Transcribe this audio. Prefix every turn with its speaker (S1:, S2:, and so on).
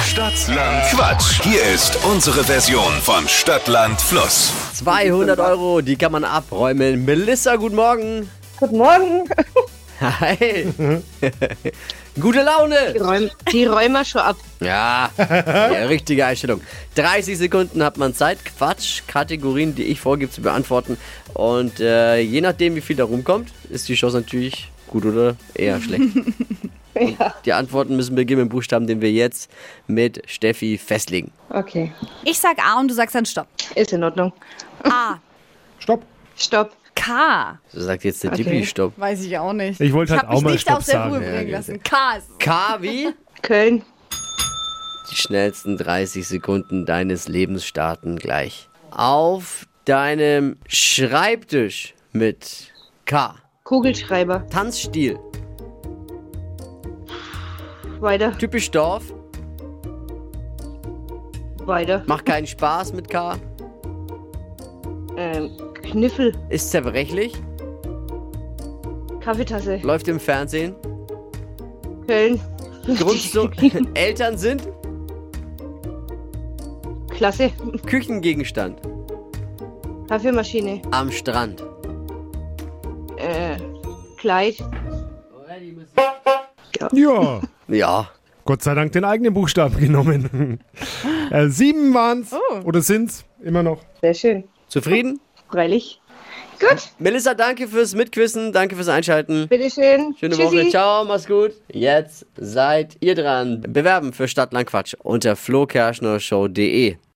S1: Stadtland Quatsch. Hier ist unsere Version von Stadtland Fluss.
S2: 200 Euro, die kann man abräumen. Melissa, guten Morgen.
S3: Guten Morgen.
S2: Hi. Gute Laune.
S3: Räum, die räumen wir schon ab.
S2: Ja, ja, richtige Einstellung. 30 Sekunden hat man Zeit, Quatsch, Kategorien, die ich vorgebe, zu beantworten. Und äh, je nachdem, wie viel da rumkommt, ist die Chance natürlich gut oder eher schlecht. Die Antworten müssen beginnen mit dem Buchstaben, den wir jetzt mit Steffi festlegen.
S3: Okay,
S4: Ich sag A und du sagst dann Stopp.
S3: ist in Ordnung.
S4: A.
S5: Stopp.
S3: Stopp.
S4: K.
S2: So sagt jetzt der
S3: Okay.
S2: Dippi, stopp.
S4: Weiß ich auch nicht.
S5: Ich wollte halt
S4: hab
S5: auch
S4: mich
S5: mal
S4: nicht
S5: Stopp
S4: aus der Ruhe
S5: sagen.
S4: bringen lassen. K. ist-
S2: K wie?
S3: Köln.
S2: Die schnellsten 30 Sekunden deines Lebens starten gleich. Auf deinem Schreibtisch mit K.
S3: Kugelschreiber.
S2: Tanzstil.
S3: Weiter.
S2: Typisch Dorf.
S3: Weiter.
S2: Macht keinen Spaß mit K.
S3: Ähm, Kniffel.
S2: Ist zerbrechlich.
S3: Kaffeetasse.
S2: Läuft im Fernsehen.
S3: Köln.
S2: Grundsto Eltern sind
S3: Klasse.
S2: Küchengegenstand.
S3: Kaffeemaschine.
S2: Am Strand.
S3: Äh, Kleid.
S5: Ja.
S2: Ja.
S5: Gott sei Dank den eigenen Buchstaben genommen. äh, sieben waren's.
S4: Oh.
S5: Oder sind's? Immer noch.
S3: Sehr schön.
S2: Zufrieden?
S3: Freilich. Gut.
S2: Melissa, danke fürs Mitquissen. Danke fürs Einschalten.
S3: Bitteschön.
S2: Schöne
S3: Tschüssi.
S2: Woche. Ciao, mach's gut. Jetzt seid ihr dran. Bewerben für Stadtlandquatsch unter flokerschnershow.de.